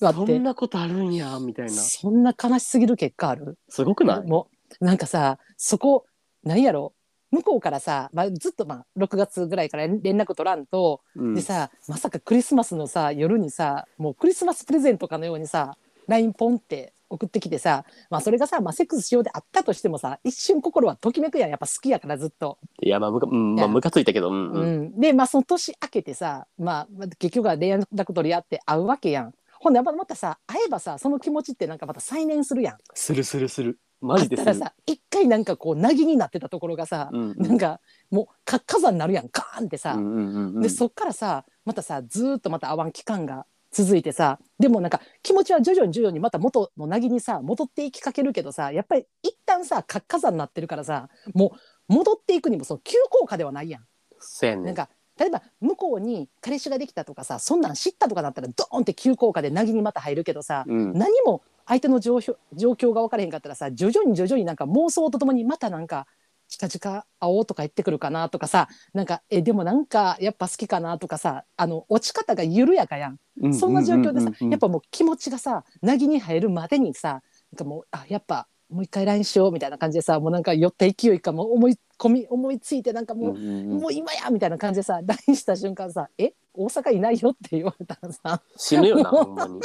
待
そ
って
んなことあるんや、みたいな。
そんな悲しすぎる結果ある
すごくない
もうなんかさそこ何やろ向こうからさ、まあ、ずっと、まあ、6月ぐらいから連絡取らんと、
うん
でさまさかクリスマスのさ夜にさもうクリスマスプレゼントかのようにさ LINE ポンって送ってきてさ、まあ、それがさ、まあ、セックスしようであったとしてもさ一瞬心はときめくやんやっぱ好きやからずっと。
いや、まあ、むか、うん、まあ、
いや
むかついたけど、うん、うん。
うんでまあその年明けてさ、まあ、結局は連絡取り合って会うわけやん。ほんでまたまたさ会えばさその気持ちってなんかまた再燃するやん。
するするする。マジで
だ
す
から
る。
さ一回なんかこうなぎになってたところがさ、
うんうん
なんかもうか火山になるやんカーンってさ、
うんうんうんうん
でそっからさまたさずーっとまた会わん期間が続いてさでもなんか気持ちは徐々に徐々にまた元のなぎにさ戻っていきかけるけどさやっぱり一旦さ活火山になってるからさもう戻っていくにもその急降下ではないやん。
せやねん
なんか例えば向こうに彼氏ができたとかさそんなん知ったとかなったらドーンって急降下でなぎにまた入るけどさ、
うん
何も相手の状況状況が分からへんかったらさ徐々に徐々になんか妄想とともにまたなんか近々会おうとか言ってくるかなとかさなんかえでもなんかやっぱ好きかなとかさあの落ち方が緩やかやんそんな状況でさ、やっぱもう気持ちがさなぎに入るまでにさなんかもうあやっぱもう一回 LINE しようみたいな感じでさもうなんか寄った勢いかもう思い込み思いついてなんかもう、
うんうんうん
もう今やみたいな感じでさ <laughs> LINE した瞬間さ「え大阪いないよ」って言われた
<laughs>
らさ
死ぬよなほんまに。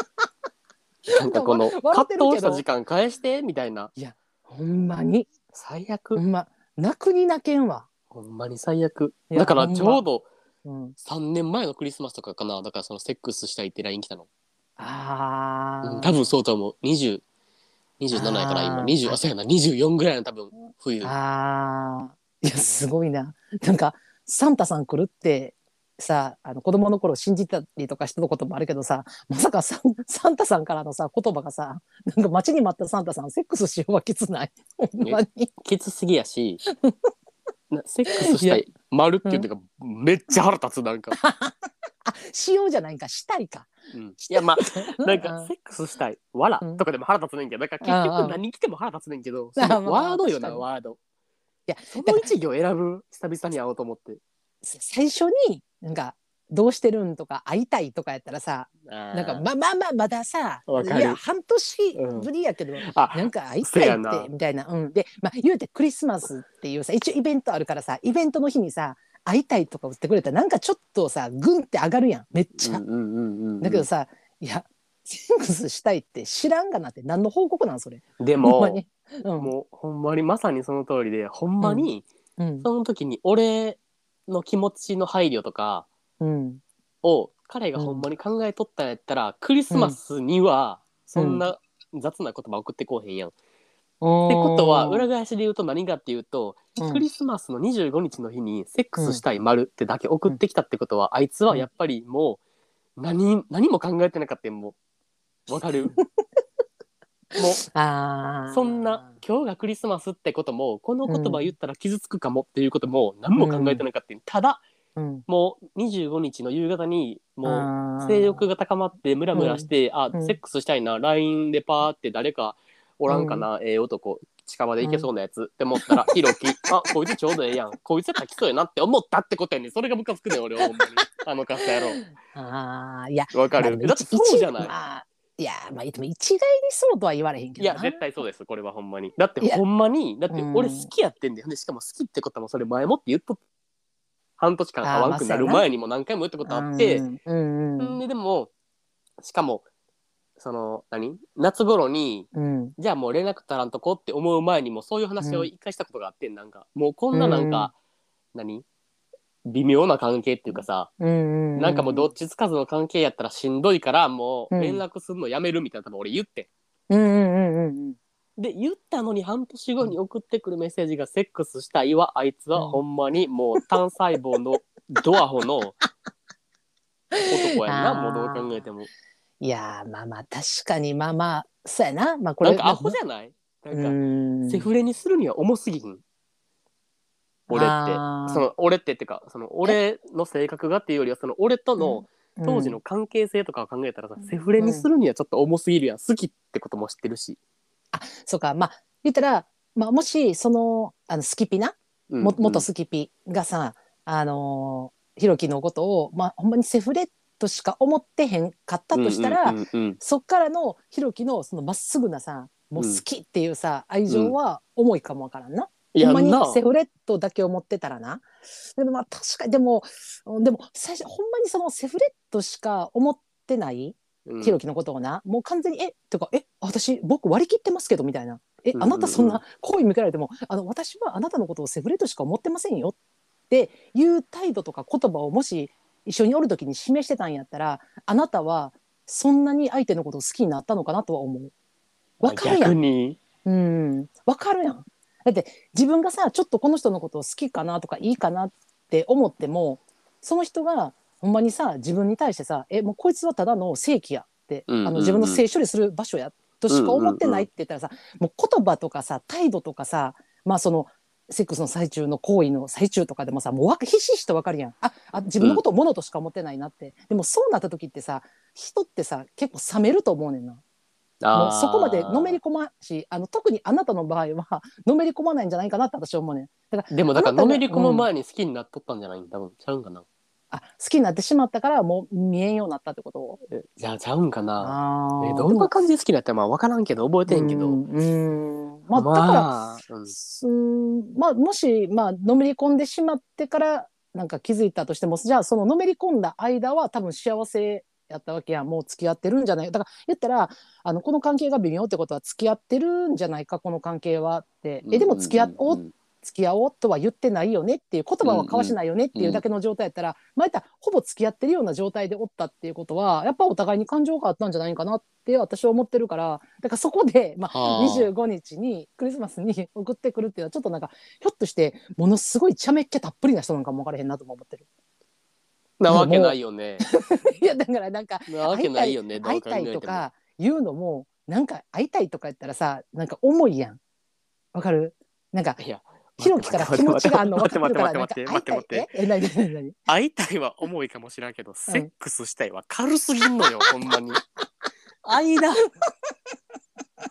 なんかこの
笑
葛
笑ってるけど
藤した時間返してみたいな
ほんまに
最
ほ
悪、
んま泣くに泣けんわ。
ほんまに最悪
いや
だから
ほんま
ちょうど
うん、
3年前のクリスマスとかかなだからそのセックスしたいって LINE 来たの、
あー、
うん多分そうと思う2027やから
あ
今
ー
20あそうやな24ぐらいの多分冬
あーいやすごいななんかサンタさん来るってさあの子供の頃信じたりとかしてたこともあるけどさまさか <laughs> サンサンタさんからのさ言葉がさなんか待ちに待ったサンタさんセックスしようはきつないほんまに
きつすぎや
<laughs>
しなセックスした
いや
い丸っていうのがめっちゃ腹立つなんか、
あしようじゃないんかしたいか <laughs>
うん、いやまあなん
う
かセックスしたい、わら
うん
とかでも腹立つねんけど、だから
ああ
結
ああ
局何来ても腹立つねんけど、
ああ
その
まあ
ワードよ
確か
な、
に
ワード。
いや
その一行選ぶ、久々に会おうと思って。
最初になんかどうしてるんとか会いたいとかやったらさ
な
なんかまあまあまあまださ
わ
い
かる
や半年
うん
ぶりやけど、
あ
なんか会いた
せ
い
や
っ
な
てみたいな、うん、で、まあ、言うてクリスマスっていうさ一応イベントあるからさイベントの日にさ会いたいとか言ってくれたらなんかちょっとさグンって上がるやんめっちゃ、
うんうんうんうんうん
だけどさいやセックスしたいって知らんがなって何の報告なんそれ
で
ほんま
も、
に、うん
もうほんまにまさにその通りで、ほんまに、
うん
その時に俺の気持ちの配慮とか
うん
を彼がほんまに考えとったんやったら、クリスマスにはそんな雑な言葉送ってこうへんやん。ってことは、裏返しで言うと何かっていうと、
うん
クリスマスの25日の日にセックスしたい丸ってだけ送ってきたってことは、あいつはやっぱりもう何何も考えてなかったよもうわかるもう
あー
そんな今日がクリスマスってこともこの言葉言ったら傷つくかもっていうことも何も考えてなかった、ただ
うん
もう25日の夕方にも
あ
う
ー
性欲が高まってムラムラして、あ
うん
セックスしたいな LINE でパーって誰かおらんかな、ええ男近場で行けそうなやつって思ったら、ヒロキあこいつちょうどええやんこいつやったら来そうやなって思ったってことやねんそれがムカつくねん俺はほんまにあのカスやろ
あーいや
わか
ま
る
あで
だ
も
ってそうじゃない、
一まあいやまあでも一概にそうとは言われへんけ
い
ど
や
な
絶対そうですこれはほんまにだって
いや
ほんまにだって
うん
俺好きやってんだよねしかも好きってこともそれ前もって言っとっ半年間会わんくな
あーまあそう
る
やな
前にも何回も言ったことあって、
うんうんうん
ででもしかもその何夏頃に
うん
じゃあもう連絡取らんとこって思う前にもそういう話を一回したことがあってんなんかもうこんななんか、何微妙な関係っていうかさ、
うんうん
なんかもうどっちつかずの関係やったらしんどいからもう
うん
連絡するのやめるみたいな多分俺言ってん
うんうんうんうん
で言ったのに半年後に送ってくるメッセージが「セックスしたいわあいつはほんまにもう単細胞のドアホの男やん <laughs> な
あー
もうどう考えても
いやまあまあ確かにまあまあそうやなまあこ
な
れ
んかアホじゃないなんか
ん
セフレにするには重すぎひん俺って
あー
その俺ってってかその俺の性格がっていうよりはその俺との当時の関係性とかを考えたらさ、
うん
セフレにするにはちょっと重すぎるやん好きってことも知ってるし、
そうかまあ言ったら、まあ、もしそのあのスキピな、
うん
も元スキピがさ、あのーひろきのことを、まあ、ほんまにセフレとしか思ってへんかったとしたら、
うんうんうんうん
そっからのひろきのそのまっすぐなさもう好きっていうさ、愛情は重いかもわからんな、
いや
ほんまに
な
セフレとだけ思ってたらなでもまあ確かにでもうんでも最初ほんまにそのセフレとしか思ってない
うん
ひろきのことをな、もう完全に「えとか「え私僕割り切ってますけど」みたいな「え
うんうん
あなたそんな好意向けられても、あの私はあなたのことをセフレとしか思ってませんよ」っていう態度とか言葉をもし一緒におる時に示してたんやったらあなたはそんなに相手のことを好きになったのかなとは思う。わかるや
逆
ん。
に
うん、わかるやん。だって自分がさちょっとこの人のことを好きかなとかいいかなって思ってもその人がほんまにさ自分に対してさ「えもうこいつはただの正規や」って、
うんうんうん
あの自分の性処理する場所やとしか思ってないって言ったらさ、もう言葉とかさ態度とかさまあそのセックスの最中の行為の最中とかでもさもうわひしひしとわかるやんああ自分のことをものとしか思ってないなって、でもそうなった時ってさ人ってさ結構冷めると思うねんな。もうそこまでのめり込まんしあの特にあなたの場合は <laughs> のめり込まないんじゃないかなって私は思うねん
でもだから
あなた
のめ
が
り込む前に好きになっとったんじゃないん多分ちゃうんかな
あ好きになってしまったからもう見えんようになったってこと
えじゃあちゃうんかな
あ
えどんな感じで好きになったまあ分からんけど覚えてんけ
う
ど
んうんまあだから、
ら、うん
うんまあもしまあのめり込んでしまってからなんか気づいたとしてもじゃあそののめり込んだ間は多分幸せやったわけやんもう付き合ってるんじゃないだから言ったらあのこの関係が微妙ってことは付き合ってるんじゃないかこの関係はってえでも付き合おうっ
ん
付き合おうとは言ってないよねっていう言葉は交わしないよねっていうだけの状態やったら、まあ言ったらほぼ付き合ってるような状態でおったっていうことはやっぱお互いに感情があったんじゃないかなって私は思ってるからだからそこで、まあ、
はあ
25日にクリスマスに送ってくるっていうのはちょっとなんかひょっとしてものすごいちゃめっ気たっぷりな人なんかも分からへんなとも思ってる。
なわけないよ
<laughs>
ね
いやだからなんか
なわけないよねど
会いう
考
た
え
い
て
と
も
か言うのもなんか会いたいとか言ったらさなんか重いやん。わかるなんか
いや
ひろきから気持ちがあんの分
待っ
か
て待って
ってるから
待
なん
っ
か会
て
い
待って待って待って待って
たいえ
<laughs>
何何何
会いたいは重いかもしれんけど、セックスしたいは軽すぎんのよほんまに間 <laughs>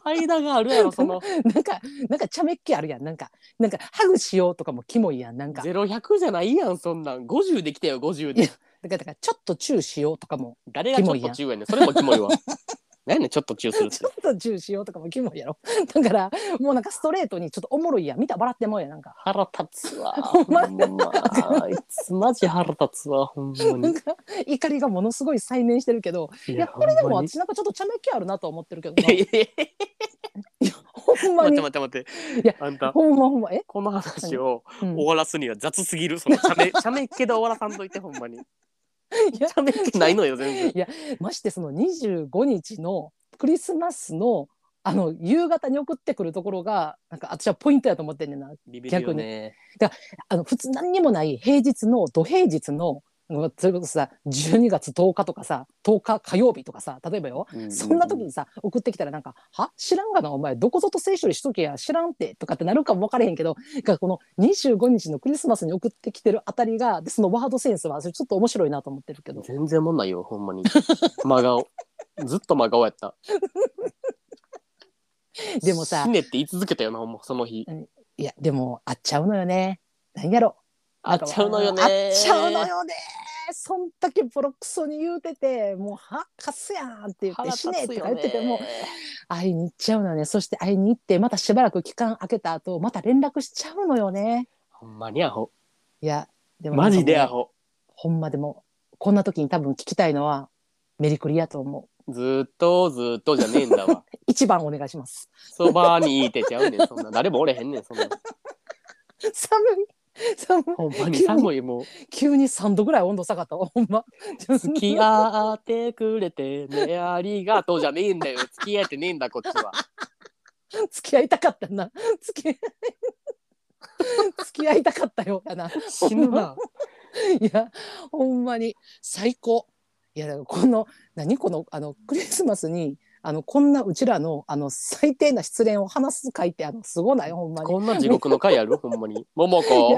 間があるやろその
なんかなんかちゃめっ気あるやんなんかなんかハグしようとかもキモいやんなんかだか
0100じゃないやんそんなん50できたよ50
い
で
やらだからちょっとチューしようとかも <laughs>
誰がちょっと中やねんそれもキモいわ何やねんちょっと中するって
ちょっとチューしようとかもキモいやろ <laughs> だからもうなんかストレートにちょっとおもろいやん見たら笑ってもうやんなんか
腹立つわ。
ほ
ほ
んま
んまあいつマジ腹立つわ、ほんま
なん
に。
か怒りがものすごい再燃してるけど
い
いやこれでも
ほんまに
私なんかちょっとちゃめっ気あるなとは思ってるけど
い
な
やいやいや
ほんま
待っ
に
て待って待って。
いや
あんた、
ほんまほんまえ、
この話を
うん、い
終わらすには雑すぎる。そのしゃ <laughs> め、しゃめっ気で終わらさんといて、ほんまに。
や
しゃめっ気ないのよ、 <laughs> 全
いやましてその25日のクリスマスのあの夕方に送ってくるところがなんか私はポイントやと思ってんねんな
然。ビビるよね。
あの普通何にもない平日の土平日のうんそれこそさ12月10日とかさ10日火曜日とかさ例えばよそんな時にさ送ってきたらなんか「は知らんがなお前どこぞと聖書にしとけや知らんって」とかってなるかも分からへんけどがこの25日のクリスマスに送ってきてるあたりがでそのワードセンスはそれちょっと面白いなと思ってるけど
全然もんないよほんま <laughs> に真顔ずっと真顔やった
でもさ
死ねって言い続けたよなほんまその日
いやでもあっちゃうのよね何やろ
あっちゃうのよね
あっちゃうのよねそんだけボロクソに言うててもう「はかすやん」って言っ
腹
て「
立
死ね」
つ
と
よ
か言っててもう
ね
会いに行っちゃうのよねそして会いに行ってまたしばらく期間空けた後また連絡しちゃうのよね
ほんまにアホ
いやでもな
マ
んかもう
ジでアホ
ほんまでもこんな時に多分聞きたいのはメリクリやと思う
ずーっとずーっとじゃねえんだわ
一番お願いします
そばにいてちゃうねんそんな誰もおれへんねんそんな
寒い寒い
<laughs> ほんまに寒いもう
急に3度ぐらい温度下がったわほんま
付き合ってくれてねありがとうじゃねえんだよ付き合えてねえんだこっちは
<laughs> 付き合いたかったな付き合い付き合いたかったよやな
死ぬない
<laughs> やほんまに最高いやだからこの何このあのクリスマスにあのこんなうちらのあの最低な失恋を話す会ってあのすごないほんまに。
こんな地獄の回あ
<laughs>
るほんまに桃子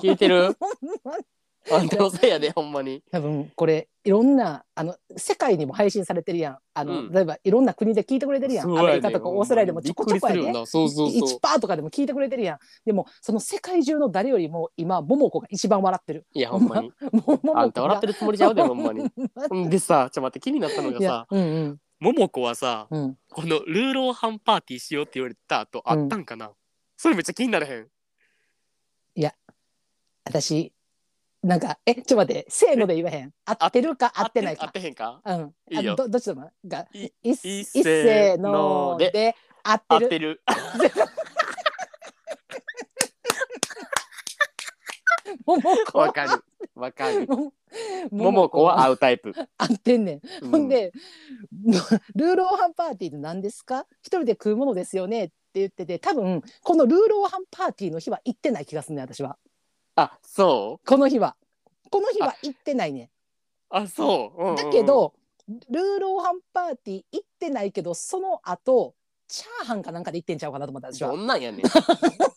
聞いてる
ほんまに
あんたのせいやでほんまに
多分これいろんなあの世界にも配信されてるやんあの、
うん
例えばいろんな国で聞いてくれてるや
そ
ん
う
ア
やね
メリカとかオーストラリアでもちょこちょこや
びっくり
ね
するよなそうそうそう
1パーとかでも聞いてくれてるやんでもその世界中の誰よりも今桃子が一番笑ってる
いやほんまに
もう
あんた笑ってるつもりちゃうでほ
ほ
んまにでさちょっと待って気になったのが
いや
さ
うんうん
桃子はさ
うん、
このルーローハンパーティーしようって言われた後あったんかな、それめっちゃ気にならへん
私なんかえちょっと待ってせーので言わへん合ってるか合ってない
合
か
ってへんか
うんあ
いいよ
どどっちでもが
い
いっ
いっ
いっせ
せ
ー
ー
の
の
で
で
合っ
合
て
っ
る
てる
桃子
わかるわかる
も
桃子は合うタイ
<laughs>
プ、
合ってんねん、
うん
ほんで「ルーローハンパーティーって何ですか一人で食うものですよね」って言ってて多分このルーローハンパーティーの日は行ってない気がするねん私は
あそう
この日はこの日は行ってないねん
あそう、うんうんうん
だけど、ルーローハンパーティー行ってないけどその後チャーハンかなんかで行ってんちゃうかなと思った私は
ど。んなんやねん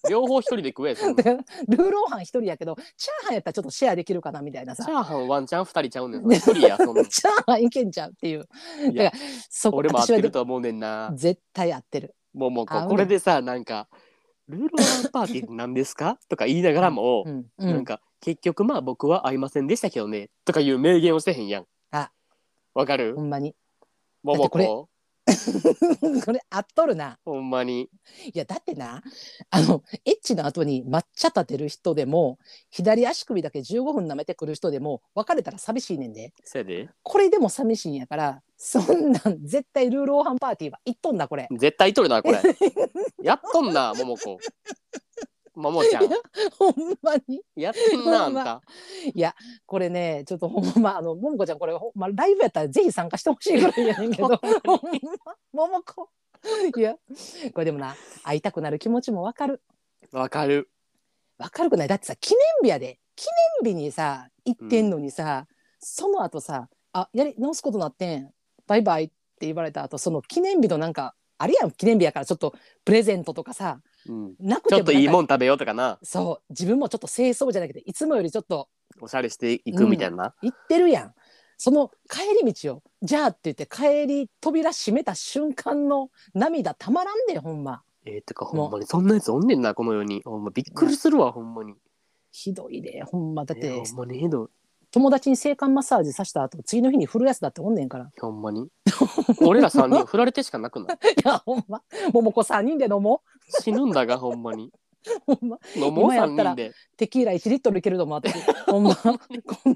両方一人で食えそんなチ
だから <laughs> ルーローハン一人やけどチャーハンやったらちょっとシェアできるかなみたいなさ
ャーハンワンちゃん二人ちゃうねんそれ一人やそ
<laughs>
んなん
チャーハンいけんちゃうっていう
い
だ
や
からそこ
俺も合っ
私は
て
で
ると思うねんな
絶対合ってる、
桃子
合うね
これでさなんか「ルーローハンパーティーって何ですか? 」とか言いながらも、
うんうん
なんか結局まあ僕は会いませんでしたけどねとかいう名言をしてへんやん
あ
わかる
ほんまに
桃
だって
子
これ合っとるな
ほんまに
いやだってなあのエッチの後に抹茶立てる人でも左足首だけ15分舐めてくる人でも別れたら寂しいねんで
せやで
これでも寂しいんやからそんなん絶対ルーローハンパーティーは行っとんだこれ
絶対取るな
<laughs>
これやっとんな桃子桃ちゃん
ほんまに
やってんなあん
ほんま
た
これねちょっとほんまあのももこちゃんこれほんまライブやったらぜひ参加してほしいぐらいやねんけど <laughs> ほんまももこいやこれでもな会いたくなる気持ちもわかる
わかる
わかるくないだってさ記念日やで記念日にさ行ってんのにさ、その後さ「あやり直すことなってんバイバイ」って言われた後その記念日のなんかあれやん記念日やからちょっとプレゼントとかさ
うん
なくて
ち
も
ょっといいも
ん
ん食べようとかな
そう自分もちょっと清掃じゃなくていつもよりちょっと
おしゃれしていくみたいな、
行ってるやんその帰り道を「じゃあ」って言って帰り扉閉めた瞬間の涙たまらんでほんま
ええー、とかほんまにそんなやつおんねんなこの世にほんまびっくりするわほんまに
ひどいでほんまだっ
い
て
やほんまにひどい
友達に性感マッサージさせた後次の日に振るやつだっておんね
<laughs>
んから
ほんま
<laughs>
に俺ら三人振られてしかなくない
いやほんま桃子3人で飲も
死ぬんだがほんまに
うほんま
飲もう
今や
三
ったら
人で
テキーラ1リットルいけると思ってほ
<laughs>
んまこん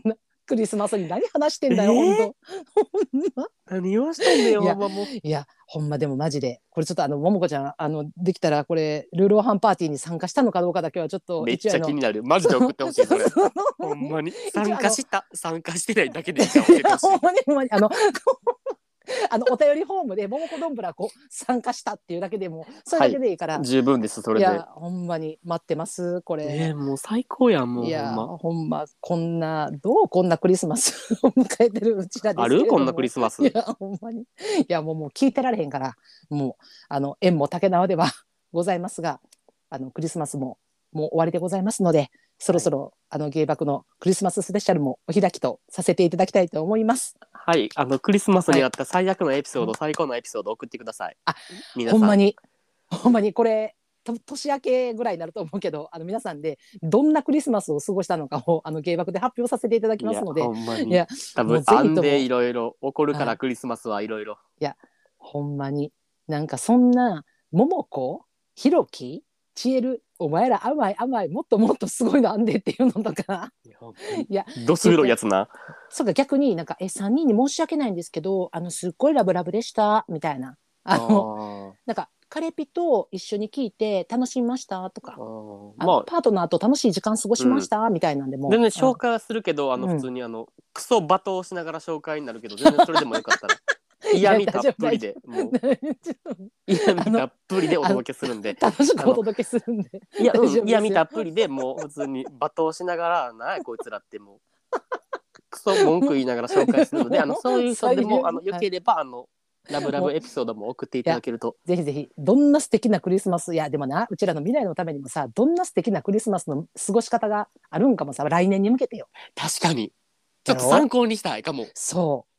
なクリスマスに何話してんだよ、
えー
ほんとほんま
何をしたんだよ
いや
ほんまもう
いやほんまでもマジでこれちょっとあの桃子ちゃんあのできたらこれルーローハンパーティーに参加したのかどうかだけはちょっと
めっちゃ
一応あ
気
の
になるマジで送ってほしいそれ
<laughs>
ほんまに
応あの
参加した参加してないだけでしょ
いやほんまにほんまにあの <laughs> あのお便りホームで「ももこどんぶらこ」参加したっていうだけでもそれだけでいいから、
十分ですそ
い、
れで
やほんまに待ってますこれ。
ねえもう最高やんもう
い
ほ
や
んま
ほんまこんなどうこんなクリスマスを迎えてるうちらです
あ
けれど
る
も
こんなクリスマス
<laughs> いやほんまにいやもうもう聞いてられへんからもうあの縁も竹縄では <laughs> ございますがあのクリスマスももう終わりでございますのでそろそろ、あの芸爆のクリスマススペシャルもお開きとさせていただきたいと思います
はいあのクリスマスにあった最悪のエピソード、最高のエピソード送ってください
あ
皆さ
ほ
ん
んまにほんまにこれと年明けぐらいになると思うけどあの皆さんでどんなクリスマスを過ごしたのかをあの芸爆で発表させていただきますので
いやほんまに
いや
多
もう
分
ぜひとも
あんでいろいろ怒るか
は
ら
い
クリスマスはいろいろ
ほんまに。なんかそんな、桃子、ひろき、ちえる、お前ら甘い甘い、もっともっとすごいのあんでっていうのとか。 <laughs> いや、
どす黒いやつな
そうか逆になんか、え、3人に申し訳ないんですけど、あの、すっごいラブラブでした、みたいな。あの、なんか、カレピと一緒に聞いて楽しみましたとか
あ、ー
あの
まあ
パートナーと楽しい時間過ごしました、みたいなんでもう。
全然紹介はするけどあの
うん
普通にあの、クソ罵倒しながら紹介になるけど全然それでもよか
<laughs>
ったら嫌味たっぷりでもう
ちょっと
嫌味たっぷりでお届けするんで
<laughs> 楽しくお届けするんで。
<laughs> いや、
大丈夫
う
ですよ
ん、嫌味たっぷりでもう普通に罵倒しながら「なあこいつら」ってもうクソ文句言いながら紹介するのであのそういう人で
最
も
悪
あのよければあのラブラブエピソードも送っていただけると
ぜひぜひどんな素敵なクリスマスいやでもなうちらの未来のためにもさどんな素敵なクリスマスの過ごし方があるんかもさ来年に向けてよ
確かにち
や
ょっ
ろ
と参考にしたいかも
そう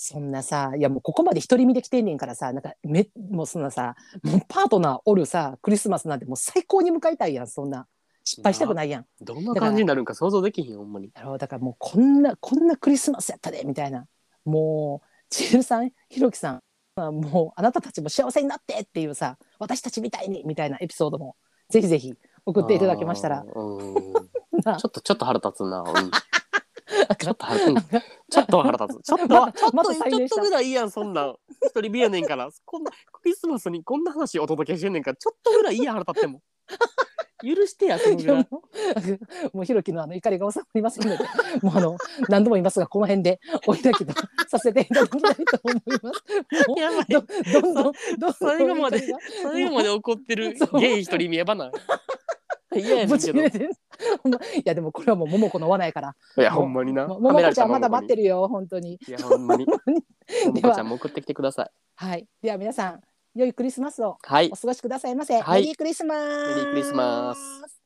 そんなさいやもうここまで独り身で来てんねんからさなんかめもうそんなさもうパートナーおるさクリスマスなんてもう最高に向かいたいやんそんな失敗したくないやん
どんな感じになるんか想像できひんほんまに
だろうだからもうこんなこんなクリスマスやったでみたいなもう千尋さんひろきさんあもうあなたたちも幸せになってっていうさ私たちみたいにみたいなエピソードもぜひぜひ送っていただけましたら
あーうんち
な
ょっとちょっと腹立つな、
<laughs>
うん
あ
ちょっと腹立つうんちょっと腹立つちょっと
<laughs> また
ちょっ
ま
と
た再
ちょ
燃
っ
した
とぐらいいいやんそんなん一人身やねんからこんなクリスマスにこんな話お届けしてんねんからちょっとぐらいいいやん腹立っても許してやその
い
ぐら
やも
いう
もうひろきのあの怒りが収まりますので <laughs> もうあの何度も言いますがこの辺でお開きとさせていただきたいと思います。もう
やばい
どどんどんどんどん
最後まで
お怒りが
最後まで怒ってる
<laughs> そう
ゲイ一人見えばない嫌やね
ぶ
んけ
ち切
ど
れ
い
てるほんまいやでもこれはもう桃子の罠やから。
やほんまにな
も桃子ちゃんまだ待って
る
るよ本当に。
いやほんまに桃
<laughs> では
子ちゃんも送ってきてください
はい。では皆さん良いクリスマスを
はい
お過ごしくださいませ。
はい
メリークリスマス。
メリークリスマス。